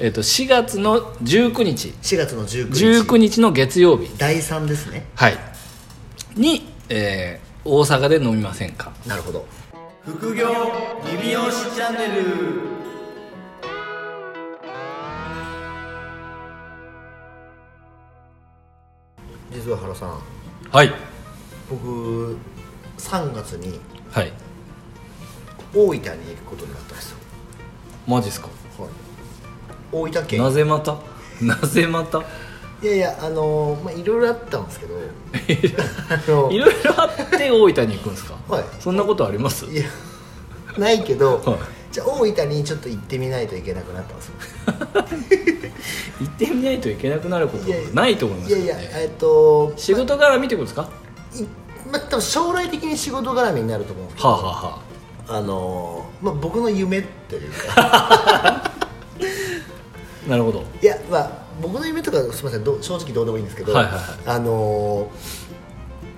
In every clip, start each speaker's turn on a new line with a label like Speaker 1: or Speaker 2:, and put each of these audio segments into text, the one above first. Speaker 1: えっと4月の19日
Speaker 2: 4月の19日
Speaker 1: 19日の月曜日
Speaker 2: 第3ですね
Speaker 1: はいに、えー大阪で飲みませんか
Speaker 2: なるほど
Speaker 3: 副業リビオシチャンネル
Speaker 2: 実は原さん
Speaker 1: はい
Speaker 2: 僕3月に
Speaker 1: はい
Speaker 2: 大分に行くことになったんですよ、
Speaker 1: マジっすか
Speaker 2: はい、大分県
Speaker 1: なぜまたなぜまた
Speaker 2: いやいやあのーまあいろいろあったんです けどあの
Speaker 1: いろいろあって大分に行くんですか
Speaker 2: はい
Speaker 1: そんなことあります
Speaker 2: いやないけど、
Speaker 1: はい
Speaker 2: じゃあ大分にちょっと行ってみないといけなくなったんですよ
Speaker 1: 行ってみないといけなくなること
Speaker 2: いやいや
Speaker 1: ないと思います
Speaker 2: いや
Speaker 1: け
Speaker 2: い
Speaker 1: ど
Speaker 2: や
Speaker 1: ね
Speaker 2: えっと
Speaker 1: 仕事から見てくるんですか
Speaker 2: いまあ、多分将来的に仕事絡みになると思うんですけど
Speaker 1: はあ、はあは
Speaker 2: あのーまあ、僕の夢という か
Speaker 1: あ、なるほど
Speaker 2: いやまあ僕の夢とかすみませんどう正直どうでもいいんですけど、
Speaker 1: はいはいはい
Speaker 2: あのー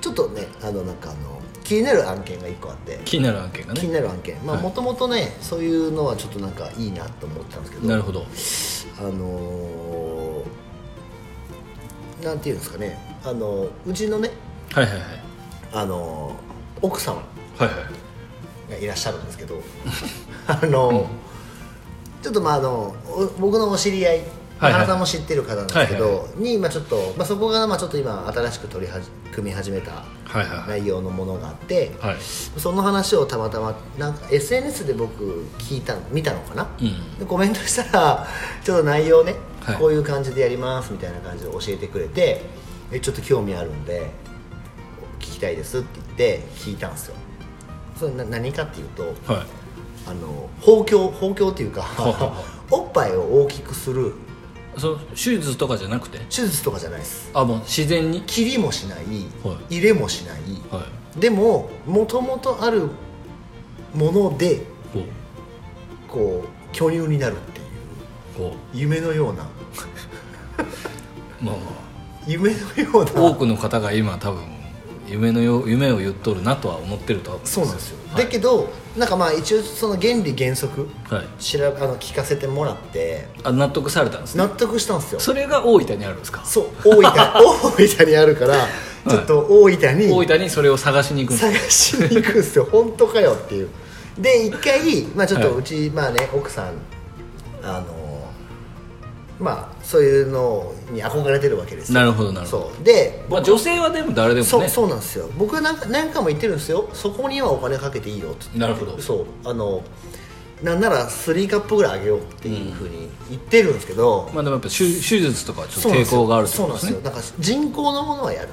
Speaker 2: ちょっとねあのなんかあの気になる案件が1個あって
Speaker 1: 気になる案件が
Speaker 2: 気に
Speaker 1: ね
Speaker 2: なる案件まあ
Speaker 1: はい
Speaker 2: もともとねそういうのはちょっとなんかいいなと思ってたんですけど
Speaker 1: なるほど
Speaker 2: あのーなんていうんですかねあのうちのね
Speaker 1: はいはいはい
Speaker 2: あの奥様
Speaker 1: はいはい
Speaker 2: がいらっしゃるんですけど あの、ちょっとまああのお僕のお知り合い
Speaker 1: はいはい
Speaker 2: 原さんも知ってる方なんですけど、
Speaker 1: はいは
Speaker 2: に今ちょっと、まあ、そこがまあちょっと今新しく取りはじ組み始めた
Speaker 1: はいはいはい
Speaker 2: 内容のものがあって、
Speaker 1: はい
Speaker 2: その話をたまたまなんか SNS で僕聞いた見たのかな、
Speaker 1: うん
Speaker 2: でコメントしたら ちょっと内容ね、
Speaker 1: はい
Speaker 2: こういう感じでやりますみたいな感じで教えてくれてえちょっと興味あるんで聞きたいですって言って聞いたんですよそれな何かっていうと
Speaker 1: はい
Speaker 2: あの包協包協っていうか
Speaker 1: いはいは
Speaker 2: おっぱいを大きくする
Speaker 1: その手術とかじゃなくて
Speaker 2: 手術とかじゃないです
Speaker 1: あもう自然に
Speaker 2: 切りもしない、
Speaker 1: は
Speaker 2: 入れもしない、
Speaker 1: はい
Speaker 2: でももともとあるもので
Speaker 1: こう
Speaker 2: こう巨乳になるっていう
Speaker 1: こ
Speaker 2: 夢のような
Speaker 1: うまあ
Speaker 2: 夢のよう
Speaker 1: まあ多
Speaker 2: な
Speaker 1: くの方が今多分夢のよう夢を言っとるなとは思ってるとは思
Speaker 2: そうなんですよ、
Speaker 1: はい
Speaker 2: だけどなんかまあ一応その原理原則
Speaker 1: はい
Speaker 2: 調べあの聞かせてもらって
Speaker 1: あ納得されたんですね
Speaker 2: 納得したんですよ
Speaker 1: それが大分にあるんですか
Speaker 2: そう 大分大分にあるからちょっと大分に、
Speaker 1: 大分にそれを探しに行くんです
Speaker 2: 探しに行くんですよ 本当かよっていうで一回、まあ、ちょっ
Speaker 1: は
Speaker 2: と
Speaker 1: いう
Speaker 2: ち、まあね奥さんあのまあそういうのに憧れてるわけですよ
Speaker 1: なるほどなるほど
Speaker 2: そうで
Speaker 1: まあ女性はでも誰でも
Speaker 2: そう
Speaker 1: ね
Speaker 2: そうなんですよ僕は何か何回も言ってるんですよそこにはお金かけていいよって
Speaker 1: なるほど
Speaker 2: そうあのなんなら3カップぐらいあげようっていうふうに言ってるんですけど、
Speaker 1: まあでもやっぱ手手術とかはちょっと
Speaker 2: そうなんで
Speaker 1: 抵
Speaker 2: すよ
Speaker 1: 抗があるってことで
Speaker 2: そ
Speaker 1: す
Speaker 2: う
Speaker 1: ね
Speaker 2: なんですよだから人工のものは嫌だっ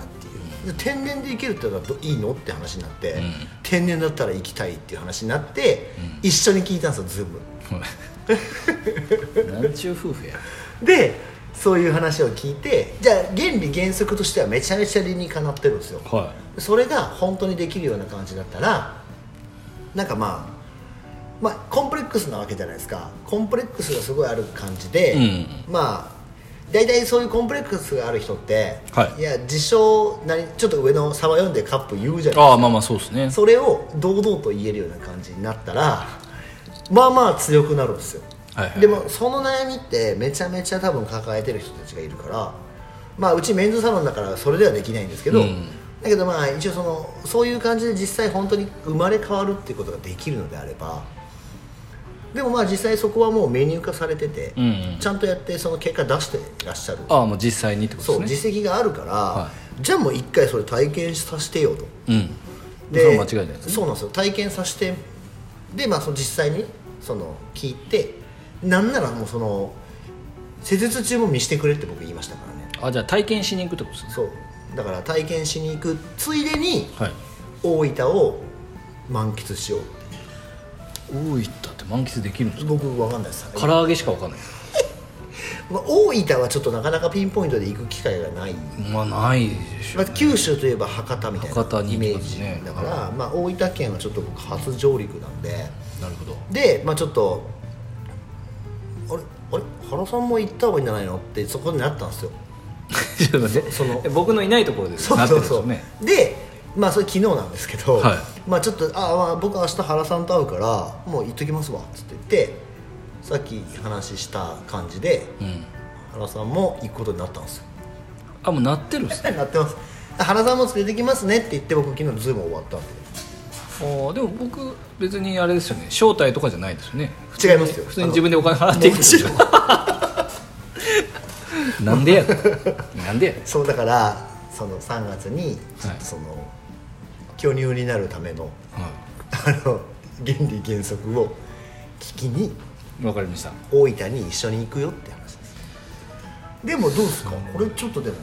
Speaker 2: ていうで天然で生きるってのはどいいのって話になって、
Speaker 1: ん
Speaker 2: 天然だったら生きたいっていう話になって、一緒に聞いたんですよズーム
Speaker 1: はい なんちゅう夫婦や
Speaker 2: でそういう話を聞いてじゃあ原理原則としてはめちゃめちゃ理にかなってるんですよ
Speaker 1: は
Speaker 2: それが本当にできるような感じだったらなんかまあまあコンプレックスなわけじゃないですかコンプレックスがすごいある感じで、
Speaker 1: う
Speaker 2: まあ大体そういうコンプレックスがある人って、
Speaker 1: はい
Speaker 2: や自称何ちょっと上の「サバ読んでカップ」言うじゃないですか
Speaker 1: ああまあまあそうですね
Speaker 2: それを堂々と言えるような感じになったらまあまあ強くなるんですよ、
Speaker 1: はいはい
Speaker 2: でもその悩みってめちゃめちゃ多分抱えてる人たちがいるからまあうちメンズサロンだからそれではできないんですけど、
Speaker 1: うん
Speaker 2: だけどまあ一応そのそういう感じで実際本当に生まれ変わるっていうことができるのであればでもまあ実際そこはもうメニュー化されてて、
Speaker 1: うんうん
Speaker 2: ちゃんとやってその結果出していらっしゃる
Speaker 1: ああもう実際にってこと
Speaker 2: そう
Speaker 1: ですね
Speaker 2: 実績があるから、
Speaker 1: は
Speaker 2: じゃあもう一回それ体験させてよと。
Speaker 1: うんそれは間違いないですね
Speaker 2: そうなんですよ体験させてで、まあ、その実際にその聞いてなんならもうその施術中も見せてくれって僕言いましたからね
Speaker 1: あじゃあ体験しに行くってことですね
Speaker 2: そうだから体験しに行くついでに
Speaker 1: はい
Speaker 2: 大分を満喫しようっ
Speaker 1: 大分って満喫できるんで
Speaker 2: て
Speaker 1: すか
Speaker 2: 僕分かんないです
Speaker 1: 唐揚げしかわかんない
Speaker 2: まあ大分はちょっとなかなかピンポイントで行く機会がない、
Speaker 1: まあないでしょ
Speaker 2: まあ、九州といえば博多みたい
Speaker 1: 博多
Speaker 2: な
Speaker 1: に
Speaker 2: イ
Speaker 1: 行
Speaker 2: メ
Speaker 1: き
Speaker 2: ー
Speaker 1: ます
Speaker 2: ジ
Speaker 1: ね
Speaker 2: だから、まあ、大分県はちょっと僕初上陸なんで
Speaker 1: なるほど
Speaker 2: で、まあ、ちょっとあれあれ原さんも行った方がいいんじゃないのってそこになったんですよ
Speaker 1: ちょっと待 って
Speaker 2: その
Speaker 1: 僕のいないところです
Speaker 2: そうそうそ
Speaker 1: なってるんですよね
Speaker 2: うでまあそれ昨日なんですけど、
Speaker 1: はい
Speaker 2: まあちょっと「あ、まあ、僕明日原さんと会うからもう行っときますわ」っつって言ってさっき話した感じで
Speaker 1: うん
Speaker 2: 原さんも行くことになったんですよ
Speaker 1: あもうなってるんですね
Speaker 2: なってます原さんも連れてきますねって言って僕昨日ズーム終わったんで
Speaker 1: あーでも僕別にあれですよね招待とかじゃないですよね
Speaker 2: 違いますよ
Speaker 1: 普通に自分でお金払っていくんでしょ なんでやねん なんでやねん
Speaker 2: そうだからその3月にちょっとその、巨乳になるためのあの原理原則を聞きに
Speaker 1: うんわかりました
Speaker 2: 大分に一緒に行くよって話ですでもどうですかこれちょっとでも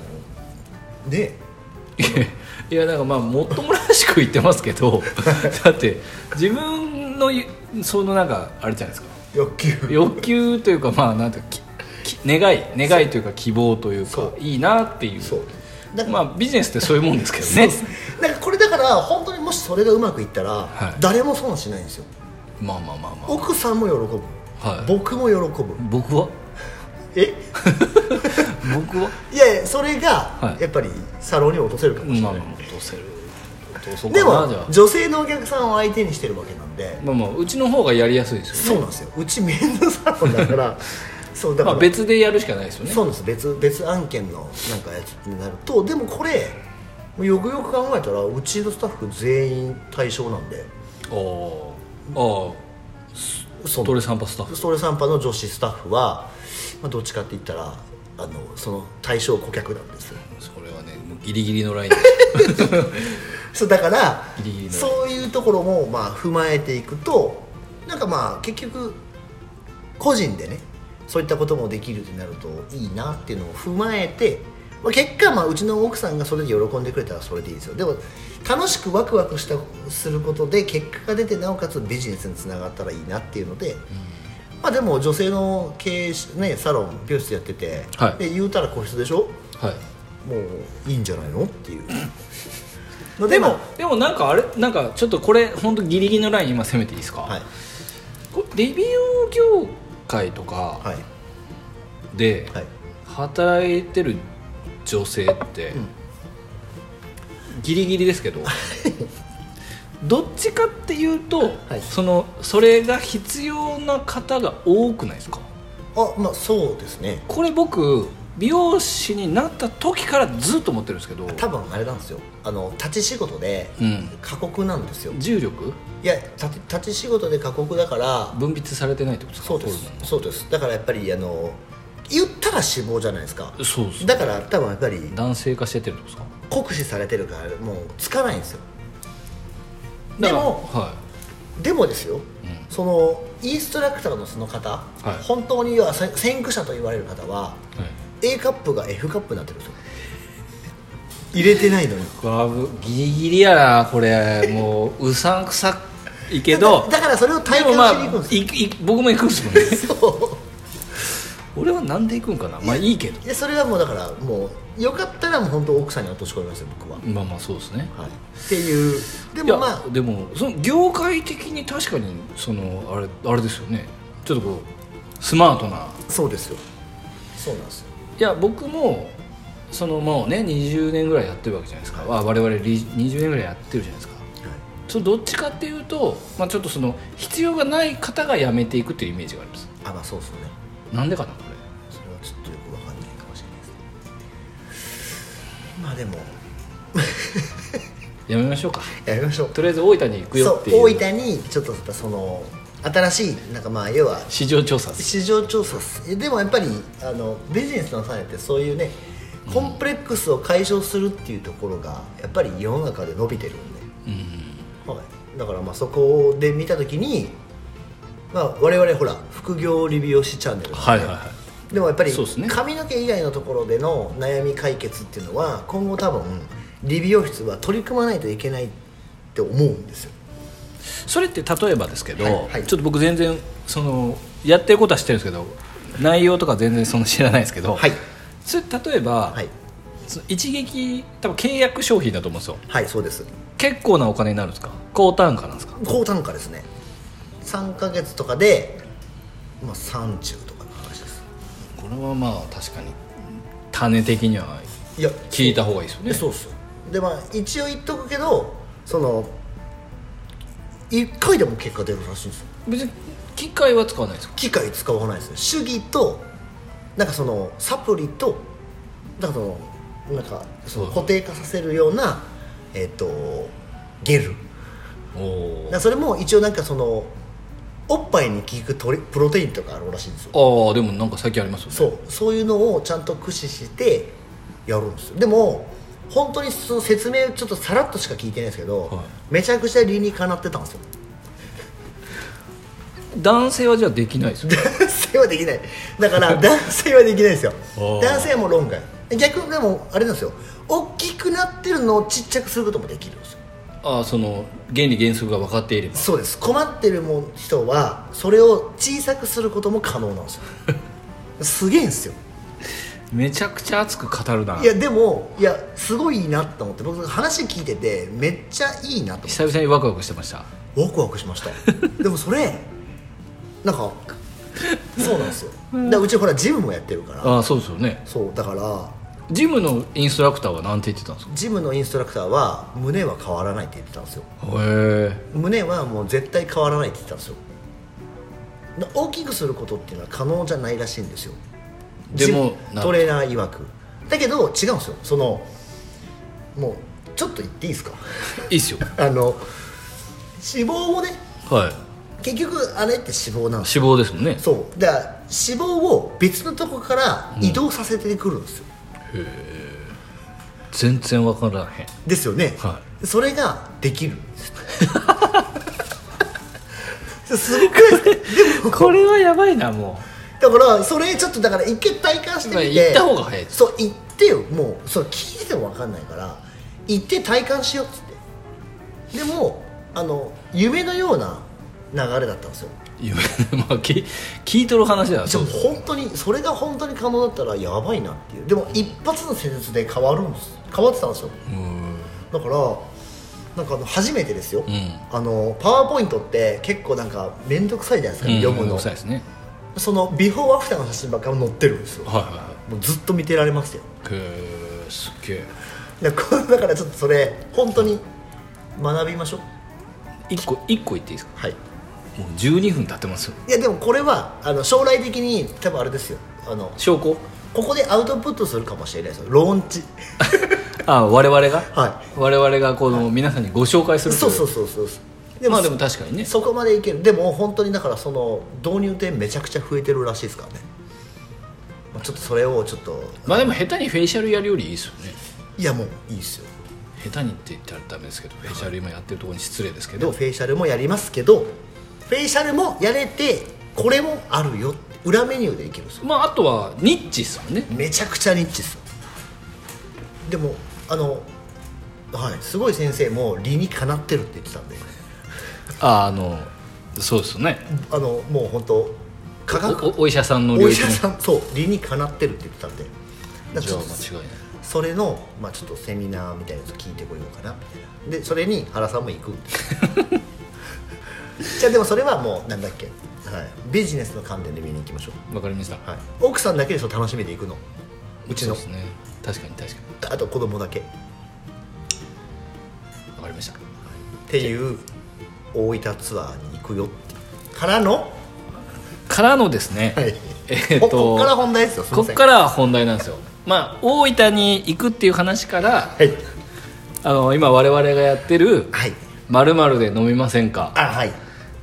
Speaker 2: ね
Speaker 1: いやなんかまあもっともらしく言ってますけ どだって自分のゆそのなんかあれじゃないですか
Speaker 2: 欲求
Speaker 1: 欲求というかまあなんていうかきき願い願いというか希望というか
Speaker 2: そう
Speaker 1: いいなっていう
Speaker 2: そうだから、
Speaker 1: まあビジネスってそういうもんですけどね
Speaker 2: なんかこれだから本当にもしそれがうまくいったら、
Speaker 1: い
Speaker 2: 誰も損しないんですよ
Speaker 1: まあまあまあまあ
Speaker 2: 奥さんも喜ぶ、
Speaker 1: はい
Speaker 2: 僕も喜ぶ
Speaker 1: 僕は
Speaker 2: え
Speaker 1: 僕はい
Speaker 2: やいやそれが
Speaker 1: はい
Speaker 2: やっぱりサロンに落とせるかもしれ
Speaker 1: ま
Speaker 2: な
Speaker 1: あ
Speaker 2: い、
Speaker 1: まあ落とせる落とそう
Speaker 2: で
Speaker 1: かなじゃ
Speaker 2: も女性のお客さんを相手にしてるわけなんで、
Speaker 1: あまあまあうちの方がやりやすいですよ
Speaker 2: そうなんですようちメンズサロンだから そうだ
Speaker 1: ま
Speaker 2: から、
Speaker 1: あ別でやるしかないですよね
Speaker 2: そうなんです別別案件のなんかやつになるとでもこれよくよく考えたらうちのスタッフ全員対象なんで
Speaker 1: おーあ
Speaker 2: そ
Speaker 1: あト
Speaker 2: の
Speaker 1: レサンパスタッフ
Speaker 2: ストレサンパの女子スタッフは、まあ、どっちかって言ったらあのその対象顧客なんですよ
Speaker 1: それはねもうギリギリのライ ンです
Speaker 2: そうだから
Speaker 1: ギリギリの
Speaker 2: そういうところもまあ踏まえていくとなんかまあ結局個人でねそういったこともできるとなるといいなっていうのを踏まえて、まあ、結果まあうちの奥さんがそれで喜んでくれたらそれでいいですよでも楽しくワクワクしたすることで結果が出てなおかつビジネスにつながったらいいなっていうので。まあでも女性の経営し、ね、サロン美容室やってて、
Speaker 1: はい
Speaker 2: で言うたら個室でしょ
Speaker 1: はい
Speaker 2: もういいんじゃないのっ ていうの
Speaker 1: でもでもなんかあれなんかちょっとこれ本当ギリギリのライン今攻めていいですか、
Speaker 2: はい
Speaker 1: これレビュー業界とか
Speaker 2: はい
Speaker 1: で
Speaker 2: はい
Speaker 1: 働いてる女性って、ギリギリですけ どどっちかっていうと、
Speaker 2: はい
Speaker 1: そのそれが必要な方が多くないですか
Speaker 2: あまあそうですね
Speaker 1: これ僕美容師になった時からずっと思ってるんですけど、
Speaker 2: 多分あれなんですよあの立ち仕事で
Speaker 1: うん、
Speaker 2: 過酷なんですよ、い
Speaker 1: 重力
Speaker 2: や立ち立ち仕事で過酷だから
Speaker 1: 分泌されてないってことですか
Speaker 2: そうで
Speaker 1: ホル
Speaker 2: す
Speaker 1: モン
Speaker 2: そうですだからやっぱりあの言ったら脂肪じゃないですか
Speaker 1: そうです
Speaker 2: だから多分やっぱり
Speaker 1: 男性化してってるってことですか
Speaker 2: 酷使されてるからもうつかないんですよ
Speaker 1: だ
Speaker 2: で
Speaker 1: から
Speaker 2: も
Speaker 1: は
Speaker 2: でもですよ、
Speaker 1: ん
Speaker 2: そのインストラクターのその方、
Speaker 1: い
Speaker 2: 本当に要は先先駆者と言われる方は、
Speaker 1: い、はい
Speaker 2: A カップが F カップになってるん ですよ入れてないのに
Speaker 1: これはギリギリやなこれもううさんくさいけ ど
Speaker 2: だだからそれを体
Speaker 1: でも
Speaker 2: 感し
Speaker 1: まあ
Speaker 2: に行くんですよ、
Speaker 1: いい僕も行くんです もんね
Speaker 2: そう
Speaker 1: 俺はなんで行くんかなまあいいけど
Speaker 2: いやそれはもうだからもうよかったらもう本当奥さんに落とし込みますよ僕は、
Speaker 1: まあまあそうですね
Speaker 2: はい、っていうで
Speaker 1: で
Speaker 2: もまあ
Speaker 1: でもその業界的に確かにそのあれあれですよねちょっとこうスマートな
Speaker 2: そうですよそうなんですよ
Speaker 1: いや僕もそのもうね20年ぐらいやってるわけじゃないですか、わ我々リ20年ぐらいやってるじゃないですかそのどっちかっていうと、まあ、ちょっとその必要がない方が辞めていくっていうイメージがあります
Speaker 2: あまあそうですよね
Speaker 1: なんでかなこ
Speaker 2: それはちょっとよくわかんないかもしれないですまあでも
Speaker 1: れやめましょうか
Speaker 2: やりましょう
Speaker 1: とりあえず大分に行くよ
Speaker 2: そう
Speaker 1: っていう
Speaker 2: 大分にちょっとその新しいなんかまあ要は
Speaker 1: 市場調査です
Speaker 2: 市場調査っすでもやっぱりあのビジネスの際ってそういうねコンプレックスを解消するっていうところがやっぱり世の中で伸びてるんで、はい、だからまあそこで見た時に、まあ、我々ほら副業理美容師チャンネルなんで
Speaker 1: はいはいはい
Speaker 2: でもやっぱり
Speaker 1: そうですね
Speaker 2: 髪の毛以外のところでの悩み解決っていうのは今後多分理美容室は取り組まないといけないって思うんですよ
Speaker 1: それって例えばですけど、
Speaker 2: はいはい
Speaker 1: ちょっと僕全然そのやってることは知ってるんですけど内容とか全然その知らないですけど、
Speaker 2: はい
Speaker 1: それ例えば、
Speaker 2: はい
Speaker 1: その一撃多分契約商品だと思うんですよ
Speaker 2: はいそうです
Speaker 1: 結構なお金になるんですか高単価なんですか
Speaker 2: 高単価ですね3ヶ月とかで、まあ、30とかの話です
Speaker 1: これはまあ確かに種的にはい
Speaker 2: や
Speaker 1: 聞いた方がいいですよ
Speaker 2: で
Speaker 1: ね
Speaker 2: そうっすよでまあ一応言っとくけどその1回でも結果出るらしいんですよ
Speaker 1: 別に機械は使わないですか
Speaker 2: 機械使わないですよ主義となんかそのサプリとなんかそのなんかその
Speaker 1: そう
Speaker 2: 固定化させるようなえっ、とゲル
Speaker 1: おお
Speaker 2: だからそれも一応なんかそのおっぱいに効くトリプロテインとかあるらしいんですよ
Speaker 1: ああでもなんか最近ありますよね
Speaker 2: そうそういうのをちゃんと駆使してやるんですよでも本当にその説明ちょっとさらっとしか聞いてないんですけど、
Speaker 1: はい
Speaker 2: めちゃくちゃ理にかなってたんですよ
Speaker 1: 男性はじゃあできないですよね
Speaker 2: 男性はできない だから男性はできないんですよ
Speaker 1: あー
Speaker 2: 男性はもう論外逆にでもあれなんですよ大きくなってるのをちっちゃくすることもできるんですよ
Speaker 1: ああその原理原則が分かっていれば
Speaker 2: そうです困ってるもん人はそれを小さくすることも可能な んですよすげえんですよ
Speaker 1: めちゃくちゃ熱く語るない
Speaker 2: やでもいやすごいいいなと思って僕話聞いててめっちゃいいなと思って
Speaker 1: 久々にワクワクしてました
Speaker 2: ワクワクしました でもそれなんかそうなんですよ、ううちほらジムもやってるから
Speaker 1: ああそうですよね
Speaker 2: そうだから
Speaker 1: ジムのインストラクターは何て言ってたんですか
Speaker 2: ジムのインストラクターは胸は変わらないって言ってたんですよ
Speaker 1: へ
Speaker 2: 胸はもう絶対変わらないって言ってたんですよな大きくすることっていうのは可能じゃないらしいんですよ
Speaker 1: でも
Speaker 2: ジム
Speaker 1: な
Speaker 2: トレーナー曰くだけど違うんですよそのもうちょっと言っていいですか
Speaker 1: えいいっすよ
Speaker 2: あの脂肪をね
Speaker 1: はい
Speaker 2: 結局あれって脂肪なんですよ
Speaker 1: 脂肪ですもんね
Speaker 2: そうだから脂肪を別のとこから移動させてくるんですよ、
Speaker 1: 全然分からへん
Speaker 2: ですよね、
Speaker 1: は
Speaker 2: それができるんですすごくないですかで も
Speaker 1: これはやばいなも
Speaker 2: だからそれちょっとだから一回体感してみ
Speaker 1: まあ
Speaker 2: て
Speaker 1: 行った方が早いです
Speaker 2: そう行ってよもうそう聞いてても分かんないから行って体感しようっつってでもあの夢のような流れだったんですよ
Speaker 1: ういやまあ聞聞いとる話だ
Speaker 2: じ
Speaker 1: そ
Speaker 2: ゃあ
Speaker 1: う
Speaker 2: 本当にそれが本当に可能だったらやばいなっていうでも一発の施術で変わるんです変わってたんですよ
Speaker 1: うん
Speaker 2: だからなんかあの初めてですよ、
Speaker 1: うん
Speaker 2: あのパワーポイントって結構なんか面倒くさいじゃないですか、読む
Speaker 1: うん
Speaker 2: の
Speaker 1: うるさいですね
Speaker 2: そのビフォーアフターの写真ばっかり載ってるんですよ、
Speaker 1: はいは
Speaker 2: もうずっと見てられますよ
Speaker 1: いはいへえすっげえ
Speaker 2: だからだからちょっとそれ本当に学びましょう
Speaker 1: 一個一個言っていいですか
Speaker 2: はい
Speaker 1: もう12分経ってますよ
Speaker 2: いやでもこれはあの将来的に多分あれですよあの
Speaker 1: 証拠
Speaker 2: ここでアウトプットするかもしれないですよローンチ
Speaker 1: ああ我々が
Speaker 2: は
Speaker 1: 我々がこの皆さんにご紹介す
Speaker 2: い
Speaker 1: る
Speaker 2: そうそう
Speaker 1: う
Speaker 2: そうそうそう
Speaker 1: でもまあでも確かにね
Speaker 2: そこまでいけるでも本当にだからその導入でめちゃくちゃ増えてるらしいですからねまあちょっとそれをちょっと
Speaker 1: まあでも下手にフェイシャルやるよりいいですよね
Speaker 2: いやもういいですよ
Speaker 1: 下手にって言ったらダメですけどフェイシャル今やってるところに失礼ですけ
Speaker 2: でも
Speaker 1: ど
Speaker 2: フェイシャルもやりますけどフェイシャルもやれてこれもあるよって裏メニューでいけるんですよ
Speaker 1: まああとはニッチさんね
Speaker 2: めちゃくちゃニッチですよでもあのはいすごい先生も理にかなってるって言ってたんで
Speaker 1: ああのそうですよね
Speaker 2: あのもう本当科学
Speaker 1: おおお医者さんの領
Speaker 2: お医
Speaker 1: 域
Speaker 2: 者
Speaker 1: も
Speaker 2: さんそう理にかなってるって言ってたんでなんか
Speaker 1: じ
Speaker 2: ち
Speaker 1: ゃあ
Speaker 2: ょっと
Speaker 1: 間違いない
Speaker 2: それの、まあ、ちょっとセミナーみたいなやつ聞いてこようかなみたいなでそれに原さんも行く じゃあでもそれはもうなんだっけ、はい、ビジネスの観点で見に行きましょ
Speaker 1: わかりました
Speaker 2: う、はい、奥さんだけでそう楽しみで行くのうちの
Speaker 1: そうですね確かに確か
Speaker 2: あと子供だけっ
Speaker 1: にわかりました
Speaker 2: ていう大分ツアーに行くよってからの、
Speaker 1: からのですね、
Speaker 2: はい
Speaker 1: えーっ
Speaker 2: ことこっから本題ですよすい
Speaker 1: こ
Speaker 2: ま
Speaker 1: っ
Speaker 2: せん
Speaker 1: から本題なんですよまあ大分に行くっていう話から
Speaker 2: はい
Speaker 1: あの今我々がやってる
Speaker 2: はい
Speaker 1: 「まるで飲みませんか
Speaker 2: あはい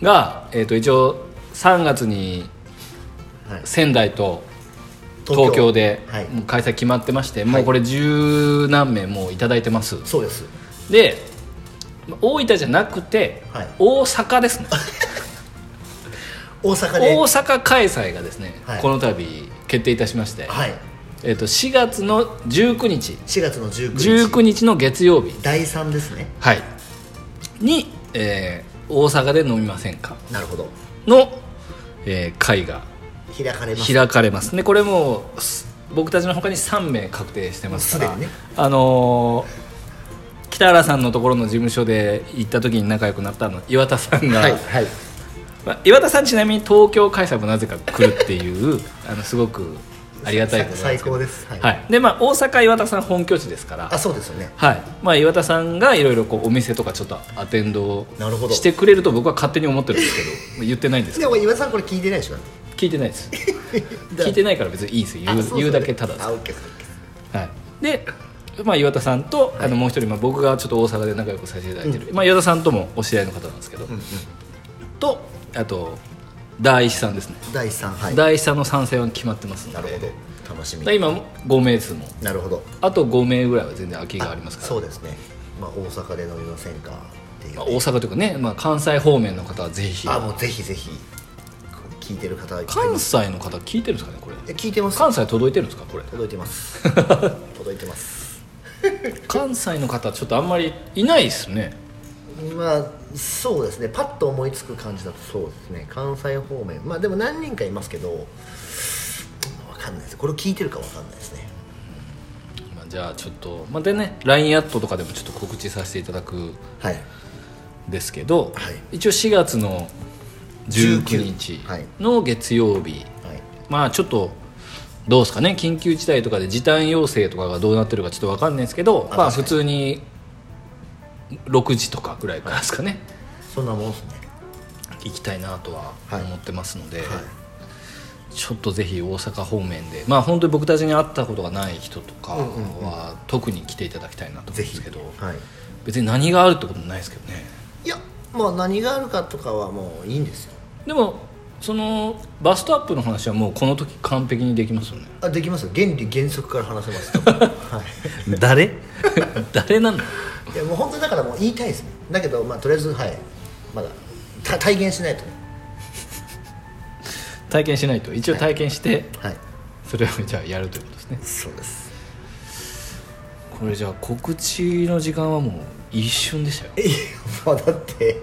Speaker 1: が」えーっと一応3月に
Speaker 2: はい
Speaker 1: 仙台と東京で
Speaker 2: はい
Speaker 1: もう開催決まってまして、もうこれ十何名もういただいてます
Speaker 2: そうです
Speaker 1: で大分じゃなくて、
Speaker 2: はい
Speaker 1: 大阪です ね
Speaker 2: 大阪で
Speaker 1: 大阪開催がですね、
Speaker 2: はい
Speaker 1: この度決定いたしまして、
Speaker 2: はい
Speaker 1: えっと4月の19日
Speaker 2: 4月の19日
Speaker 1: 19日の月曜日、
Speaker 2: 第3ですね
Speaker 1: はい、に、えー大阪で飲みませんか
Speaker 2: なるほど
Speaker 1: の、えー会が
Speaker 2: 開かれます
Speaker 1: 開かれますねこれもうす僕たちのほかに3名確定してますから
Speaker 2: もうすでにね
Speaker 1: あのー北原さんのところの事務所で行った時に仲良くなったあの岩田さんが、
Speaker 2: はい
Speaker 1: まあ岩田さんちなみに東京開催もなぜか来るっていうあのすごくありがたいことなん
Speaker 2: 最
Speaker 1: ですけど
Speaker 2: 高ですはい、
Speaker 1: はい、でまあ大阪岩田さん本拠地ですから
Speaker 2: あそうですよね
Speaker 1: はいまあ、岩田さんがいろいろこうお店とかちょっとアテンドを
Speaker 2: なるほど
Speaker 1: してくれると僕は勝手に思ってるんですけど言ってないんですけ
Speaker 2: で
Speaker 1: ど
Speaker 2: も岩田さんこれ聞いてないでしょ
Speaker 1: 聞いてないです
Speaker 2: だ
Speaker 1: 聞いてないから別にいいですよ言う
Speaker 2: あそそ
Speaker 1: 言うだけただです
Speaker 2: あオッケーですオッケーです
Speaker 1: はい、で、まあ、岩田さんと、あのもう一人、まあ、僕がちょっと大阪で仲良くさせていただいてる、まあ、岩田さんともお知り合いの方なんですけど、とあと大石さんですね、
Speaker 2: 第3はい
Speaker 1: 大石さんの参戦は決まってますので
Speaker 2: なるほど楽しみ
Speaker 1: で今も5名ですもん
Speaker 2: なるほど
Speaker 1: あと5名ぐらいは全然空きがありますから
Speaker 2: そうですね、まあ、大阪で飲みませんかっていう、
Speaker 1: まあ大阪というかね、まあ、関西方面の方はぜひ
Speaker 2: あもうぜひぜひ聞いてる方は
Speaker 1: 関西の方聞いてるんですかねこれ
Speaker 2: え聞いてます
Speaker 1: 関西届いてるんですかこれ
Speaker 2: 届いてます 届いてます
Speaker 1: 関西の方ちょっとあんまりいないですね
Speaker 2: まあそうですねパッと思いつく感じだとそうですね関西方面まあでも何人かいますけど分かんないですこれを聞いてるか分かんないですね
Speaker 1: まあじゃあちょっと、まあ、でね LINE アットとかでもちょっと告知させていただく
Speaker 2: はい
Speaker 1: ですけど、
Speaker 2: はい
Speaker 1: 一応4月の19日
Speaker 2: はい
Speaker 1: の月曜日、
Speaker 2: はい
Speaker 1: まあちょっとどうですかね緊急事態とかで時短要請とかがどうなってるかちょっと分かんないですけど
Speaker 2: あ
Speaker 1: まあ
Speaker 2: 確か
Speaker 1: 普通
Speaker 2: に
Speaker 1: に6時とかぐらいからですかね、
Speaker 2: そんなもんですね
Speaker 1: 行きたいなとは
Speaker 2: はい
Speaker 1: 思ってますので、
Speaker 2: はい
Speaker 1: ちょっとぜひ大阪方面でまあ本当に僕たちに会ったことがない人とか
Speaker 2: うんうん
Speaker 1: は特に来ていただきたいなと思うん
Speaker 2: ぜ
Speaker 1: で
Speaker 2: ひ
Speaker 1: すけど、
Speaker 2: はい
Speaker 1: 別に何があるってこともないですけどね
Speaker 2: いやまあ何があるかとかはもういいんですよ
Speaker 1: でもそのバストアップの話はもうこの時完璧にできますよね
Speaker 2: あできますよ原理原則から話せます は
Speaker 1: 誰 誰なの
Speaker 2: いいやもう本当にだからもう言いたいですねだけどまあとりあえずはいまだた体現しないとね
Speaker 1: 体験しないと一応体験して、
Speaker 2: はい
Speaker 1: それをじゃあやるということですね
Speaker 2: そうです
Speaker 1: これじゃあ告知の時間はもう一瞬でしたよ
Speaker 2: えまあだって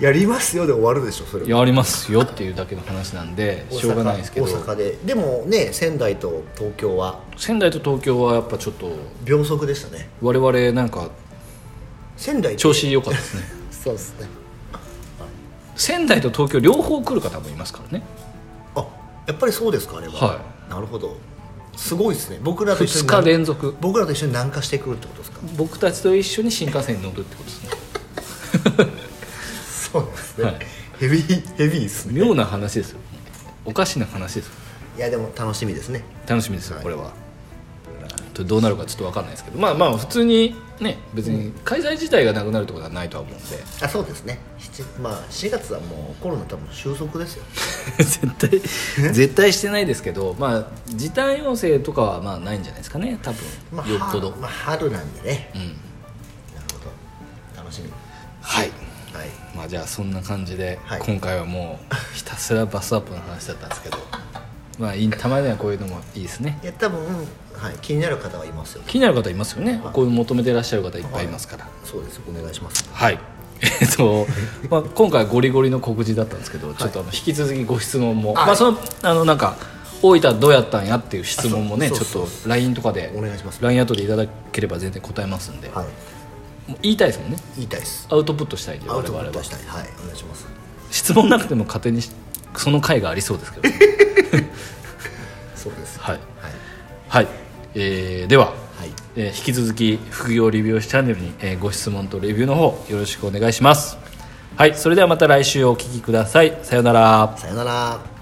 Speaker 2: やりますよで終わるでしょそれ
Speaker 1: やりますよっていうだけの話なんで
Speaker 2: 大阪
Speaker 1: しょうがないですけど
Speaker 2: 大阪ででもね仙台と東京は
Speaker 1: 仙台と東京はやっぱちょっと
Speaker 2: 秒速でしたね
Speaker 1: 我々なんか
Speaker 2: 仙台って
Speaker 1: 調子良かった ですね
Speaker 2: そうですね
Speaker 1: 仙台と東京両方来る方もいますからね
Speaker 2: あやっぱりそうですかあれは
Speaker 1: は
Speaker 2: なるほどすごいですね僕らと一
Speaker 1: 2
Speaker 2: 緒に
Speaker 1: 日連続
Speaker 2: 僕らと一緒に南下してくるってことですか
Speaker 1: 僕たちと一緒に新幹線に乗るってことですね
Speaker 2: そうですね、
Speaker 1: はい
Speaker 2: ヘビーヘビーですね
Speaker 1: 妙な話ですよおかしな話ですよ
Speaker 2: いやでも楽しみですね
Speaker 1: 楽しみですよ
Speaker 2: はい
Speaker 1: これはとどうなるかちょっと分かんないですけどまあまあ普通にね別に開催自体がなくなるってことはないとは 思うんで
Speaker 2: あそうですね7まあ4月はもうコロナ多分収束ですよ
Speaker 1: 絶対絶対してないですけどまあ時短要請とかはまあないんじゃないですかね多
Speaker 2: まあ
Speaker 1: 分よっぽど
Speaker 2: はまあ、春なんでね
Speaker 1: うん
Speaker 2: なるほど楽しみ
Speaker 1: はい
Speaker 2: はい
Speaker 1: まあじゃあそんな感じで、
Speaker 2: はい
Speaker 1: 今回はもうひたすらバスアップの話だったんですけどまあいいたまにはこういうのもいいですね
Speaker 2: いや多分、はい、気になる方はいますよ
Speaker 1: 気になる方いますよね、
Speaker 2: はい
Speaker 1: こういうの求めてらっしゃる方いっぱいいますから
Speaker 2: そうですお願いします
Speaker 1: はい、 えっと、まあ、今回はゴリゴリの告示だったんですけど、ちょっとあの引き続きご質問も、
Speaker 2: はい
Speaker 1: まあそのあのなんか大分どうやったんやっていう質問もね
Speaker 2: あそう
Speaker 1: ちょっ
Speaker 2: そう
Speaker 1: と LINE とかで
Speaker 2: お願いします
Speaker 1: LINE 後でいただければ全然答えますんで、
Speaker 2: はい
Speaker 1: もう言いたいですもんね
Speaker 2: 言いたいです
Speaker 1: アウトプットしたいんで
Speaker 2: ア
Speaker 1: 我
Speaker 2: ウト
Speaker 1: 々
Speaker 2: プ
Speaker 1: は
Speaker 2: ットしたいはいお願いします
Speaker 1: 質問なくても勝手にしその回がありそうですけど
Speaker 2: そうです
Speaker 1: はい
Speaker 2: はい
Speaker 1: はい、えーでは、
Speaker 2: はい
Speaker 1: えー引き続き副業リビュー師チャンネルに、えーご質問とレビューの方よろしくお願いしますはいそれではまた来週お聞きくださいさようなら
Speaker 2: さよなら